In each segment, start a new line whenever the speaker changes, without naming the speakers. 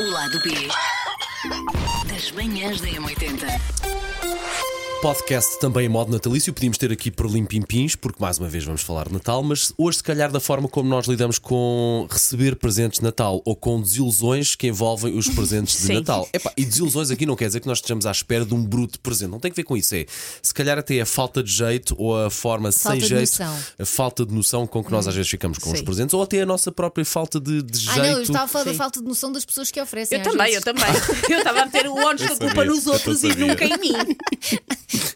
O lado B das manhãs da M80.
Podcast também em modo natalício. Podíamos ter aqui por limpimpins, porque mais uma vez vamos falar de Natal, mas hoje, se calhar, da forma como nós lidamos com receber presentes de Natal ou com desilusões que envolvem os presentes de
Sim.
Natal. Epá, e desilusões aqui não quer dizer que nós estejamos à espera de um bruto presente. Não tem que ver com isso. É, se calhar, até a falta de jeito ou a forma sem
de
jeito,
noção.
a falta de noção com que nós
Hum.
às vezes ficamos com os
Sim.
presentes ou até a nossa própria falta de, de
Ah,
jeito.
não, eu estava a falar da
Sim.
falta de noção das pessoas que oferecem.
Eu
às
também,
vezes.
eu também. Eu estava a meter o ónus da culpa
sabia,
nos
eu
outros e
sabia.
nunca em mim.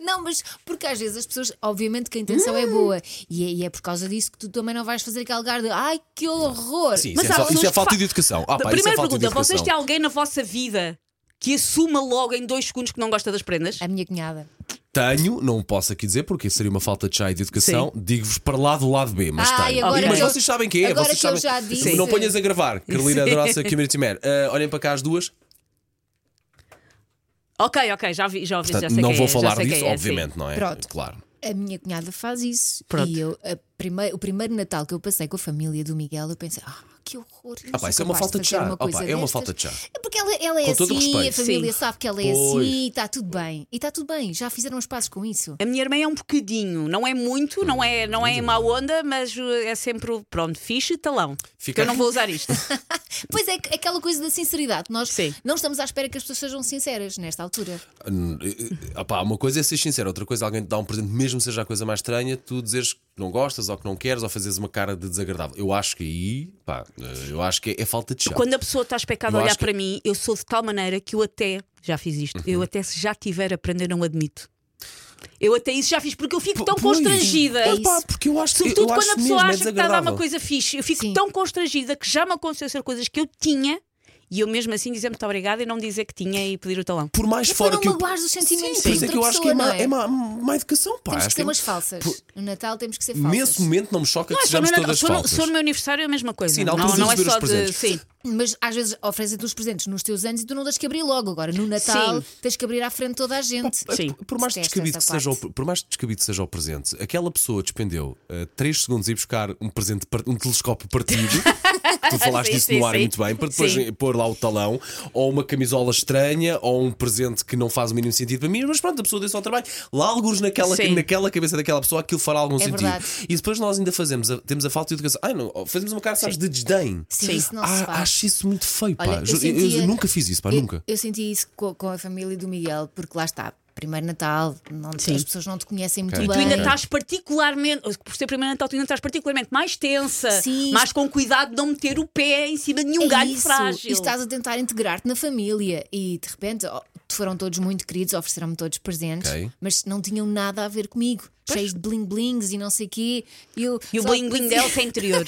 Não, mas porque às vezes as pessoas, obviamente que a intenção
Hum.
é boa e é, e é por causa disso que tu também não vais fazer aquele lugar de ai que horror.
Sim, isso, é,
Mas há
fa-
pessoas
isso é
que
falta
fa-
de educação. Ah, pá, isso é
Primeira
falta
pergunta:
de educação.
vocês têm alguém na vossa vida que assuma logo em dois segundos que não gosta das prendas?
A minha cunhada.
Tenho, não posso aqui dizer porque isso seria uma falta de chá e de educação. Digo-vos para lá do lado B, mas
Ai,
tenho.
Ah, agora
mas
que eu-
vocês sabem que é.
agora
vocês
que eu
sabem...
já disse.
Não ponhas a gravar. Carolina da nossa Community Man. Ah, olhem para cá as duas.
Ok, ok, já vi, já ouvi, já
Portanto,
sei
não
quem
vou
é, já
falar
sei
disso,
quem é,
obviamente, não é?
Pronto.
Claro.
A minha cunhada faz isso.
Pronto.
E eu, a prime- o primeiro Natal que eu passei com a família do Miguel, eu pensei, ah, que horror. eu não
Ah, pá,
sou
isso é uma
capaz
falta de
fazer
chá.
uma
Ah,
coisa
pá, é uma
destas.
falta de chá.
É porque ela, ela é
Com todo o
assim, a
respeito.
família
Sim.
sabe que ela é
Pois.
assim, está tudo bem. E está tudo bem, já fizeram os passos com isso.
A minha irmã é um bocadinho, não é muito, não é, não é má onda, mas uh, é sempre, o- pronto, fixe e talão.
Fica-
Fica... Eu não vou usar isto.
Pois é, que- aquela coisa da sinceridade. Nós
Sim.
não estamos à espera que as pessoas sejam sinceras nesta altura.
Hum, eh, ah, pá, uma coisa é ser sincero, outra coisa é alguém te dar um presente, mesmo que seja a coisa mais estranha, tu dizeres que não gostas ou que não queres ou fazes uma cara de desagradável. Eu acho que aí, pá, eh, eu acho que é, é falta de chá.
Quando a pessoa está especada
Eu
a olhar
acho que-
para mim, eu sou de tal maneira que eu até, já fiz isto,
Uhum.
eu até se já tiver a prender, não admito. Eu até isso já fiz, porque eu fico tão
Pois.
É
constrangida.
Pois pá, porque eu acho que
Sobretudo
eu
quando
acho
a pessoa
mesmo, é
acha que está a dar uma
desagradável.
coisa fixe. Eu fico
Sim.
tão constrangida que já me aconteceu ser coisas que eu tinha e eu mesmo assim dizer muito obrigada e não dizer que tinha e pedir o talão.
Por mais
É para
fora
não
que eu.
magoares os sentimentos
Sim,
da
por isso é
outra
que eu acho que é
pessoa, não
má,
é?
é má, má educação, pá.
Temos
Acho
que ser
é-
umas falsas. No Natal temos que ser falsas.
Nesse momento não me choca que
se for Ah, no
sejamos
Natal-
todas
se for no-
falsas.
se for no meu aniversário é a mesma coisa.
Sim, na
não,
altura de
não é
receber
só
os
de.
presentes.
Sim.
Mas às vezes oferecem-te os presentes nos teus anos e tu não tens que abrir logo. Agora, no Natal,
Sim.
tens que abrir à frente toda a gente.
Sim.
Por mais,
Detesto
descabido que
essa
seja o,
parte.
por mais descabido que seja o presente, aquela pessoa despendeu 3 segundos a ir buscar um presente, par- um telescópio partido, que tu falaste
Sim,
isso
sim,
no ar e
sim.
muito bem, para depois
Sim.
pôr lá o talão, ou uma camisola estranha, ou um presente que não faz o mínimo sentido para mim, mas pronto, a pessoa deu-se ao trabalho, lá alguns naquela,
Sim.
naquela cabeça daquela pessoa, aquilo fará algum sentido.
É verdade.
E depois nós ainda fazemos, a- temos a falta de educação, ai, não, oh, fazemos uma cara, sabes, de desdém.
Sim,
Sim.
isso não se
Ah,
faz.
acho isso muito feio, pá.
Olha, eu
Ju-
sentia-
nunca fiz isso, pá,
Eu-
nunca.
Eu, senti isso co- com, a família do Miguel, porque lá está. Primeiro Natal, não, as
Sim.
pessoas não te conhecem muito
Ok. E
bem.
Tu ainda estás particularmente, por ser primeiro Natal, tu ainda estás particularmente mais tensa,
Sim.
mais com cuidado de não meter o pé em cima de nenhum
É
um galho
isso,
frágil.
E estás a tentar integrar-te na família e de repente oh, te foram todos muito queridos, ofereceram-me todos presentes,
Ok.
mas não tinham nada a ver comigo. Cheios de bling-blings e não sei o quê. E, eu,
E o
só- assim.
bling-bling da Elsa é interior.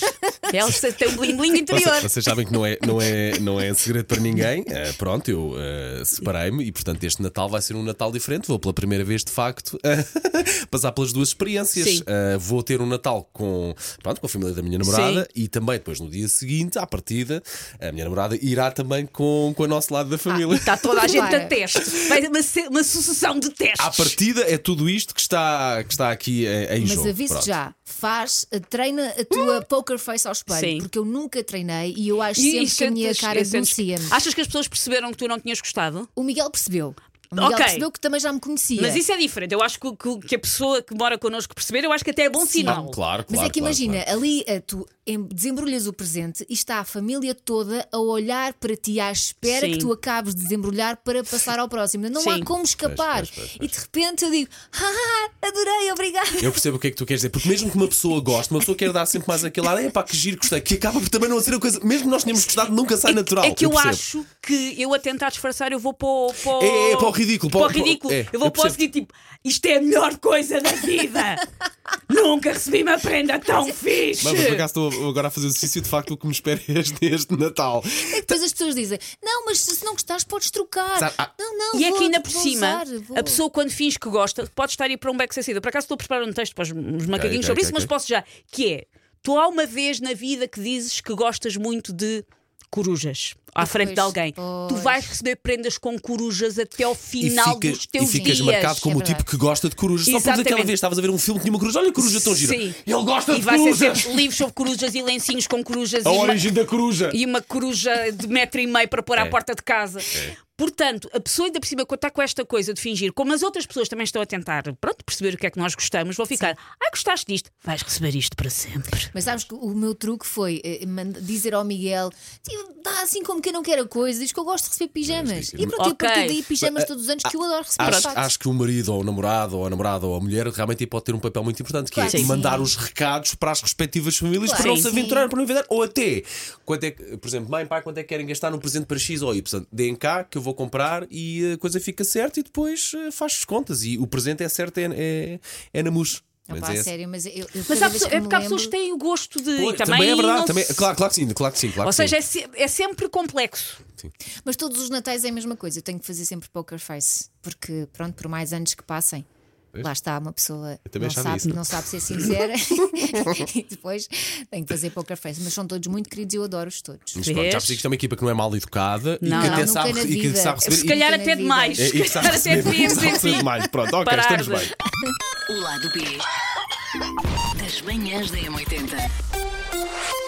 A Elsa tem um bling-bling interior.
Vocês, vocês sabem que não é, não, é, não é segredo para ninguém. Eh, pronto, eu eh, separei-me e, portanto, este Natal vai ser um Natal diferente. Vou pela primeira vez, de facto, passar pelas duas experiências.
Sim.
Eh, vou ter um Natal com, pronto, com a família da minha namorada e também depois no dia seguinte, à partida, a minha namorada irá também com, com o nosso lado da família.
Está
Ah, tá.
toda a gente
Claro.
a teste. Vai ser uma, se- uma sucessão de testes.
À partida é tudo isto que está, que está aqui eh, em
Mas
jogo.
aviso
Pronto.
já, faz, eh, treina a tua poker face ao espelho,
Uh! Sim.
porque eu nunca treinei e eu acho sempre
E- e
que a minha
sentes-
cara
e sentes- Ah!
denuncia-me.
Achas que as pessoas perceberam que tu não tinhas gostado?
O Miguel percebeu. O Miguel
Ok.
percebeu que também já me conhecia.
Mas isso é diferente. Eu acho que, que- que a pessoa que mora connosco perceber, eu acho que até é bom
Sim.
Ah,
sinal.
claro, claro.
Mas é que
claro,
imagina,
claro.
ali eh, tu em- desembrulhas o presente e está a família toda a olhar para ti à espera
Sim.
que tu acabes de desembrulhar para passar ao próximo. Não há
Sim.
como escapar.
Pois, pois, pois,
E de repente eu digo, ah, adorei, obrigada.
Eu percebo o que é que tu queres dizer, porque mesmo que uma pessoa goste, uma pessoa quer dar sempre mais aquele ar, é pá, que giro, gostei, que acaba por também não ser a coisa, mesmo que nós tenhamos gostado, nunca sai Tá natural.
É que eu,
percebo.
acho que eu a tentar disfarçar, eu vou para o. Para o-
É, é, é para o ridículo, para o-
Para o ridículo.
é,
eu vou
eu
para o
percebo.
seguinte: tipo, isto é a melhor coisa da vida. Nunca recebi uma prenda tão fixe.
Mas mas por acaso estou agora a fazer o exercício de facto o que me espera é este, este Natal.
E depois as pessoas dizem, não, mas se não gostares, podes trocar.
Sabe, ah,
não, não,
E é
vou-
que ainda por
vou
cima,
usar, vou."
a pessoa quando finge que gosta, pode estar a ir para um beco sem saída. Por acaso estou a preparar um texto para os uns
ok,
macaquinhos sobre isso,
ok,
mas
ok.
posso já. Que é: tu há uma vez na vida que dizes que gostas muito de corujas à frente de
Pois,
alguém. Tu
pois.
vais receber prendas com corujas até ao
E,
final
fica-
dos teus
e ficas
dias.
marcado como
é
o tipo
verdade.
que gosta de corujas. Só por
Exatamente.
aquela vez estavas a ver um filme que tinha uma coruja. Olha a coruja tão gira.
Sim.
Ele gosta
E
de
vai ser
corujas.
sempre livros sobre corujas e lencinhos com corujas
A
e uma-
origem da coruja.
e uma coruja de metro e meio para
É.
pôr à porta de casa. Portanto, a pessoa ainda por cima, quando está com esta coisa de fingir, como as outras pessoas também estão a tentar pronto, perceber o que é que nós gostamos, vão ficar, ah, gostaste disto, vais receber isto para sempre.
Mas sabes que o meu truque foi eh, mand- dizer ao Miguel: "Sim, dá assim como quem não quer a coisa, diz que eu gosto de receber pijamas. E pronto, eu a
Ok.
partir daí pijamas todos os anos que eu adoro receber
ah, Acho,
de facto.
acho que o marido ou o namorado ou a namorada ou a mulher realmente pode ter um papel muito importante que
Claro
é
que
mandar
sim.
os recados para as respectivas famílias
Claro
para não
que
se
sim.
aventurarem para não envidar. Ou até, quanto é que, por exemplo, mãe, pai, quanto é que querem gastar num presente para X ou Y? Deem cá que eu vou comprar e a coisa fica certa e depois eh, faz as contas. E o presente é certo, é, é, é na mus.
Opá,
Mas é esse.
sério, mas eu, eu
Mas
cada
há
vez
pessoa-
que
é
me
porque há pessoas que
lembro-
têm o gosto de.
Pô,
e
também, é verdade,
não
também,
se-
claro, claro que sim, claro que sim. Claro
Ou
que
seja,
sim.
é, se- é sempre complexo.
Mas todos os natais é a mesma coisa, eu tenho que fazer sempre poker face, porque pronto, por mais anos que passem. Lá está uma pessoa
também
não
achava
sabe,
isso.
não sabe ser sincera e depois tem que fazer poker face. Mas são todos muito queridos e eu adoro-os todos.
Mas pronto, já percebi que isto é uma equipa que não é mal educada
Não,
e que até
não,
sabe,
nunca na
e que
vida.
sabe receber.
Se
e-
calhar
na
até
vida.
demais.
É, e
Se
que sabe
calhar até
receber,
devíamos,
sabe
enfim.
receber mais. Pronto, ok,
Parar
estamos
de-
bem.
O lado B das manhãs da M80.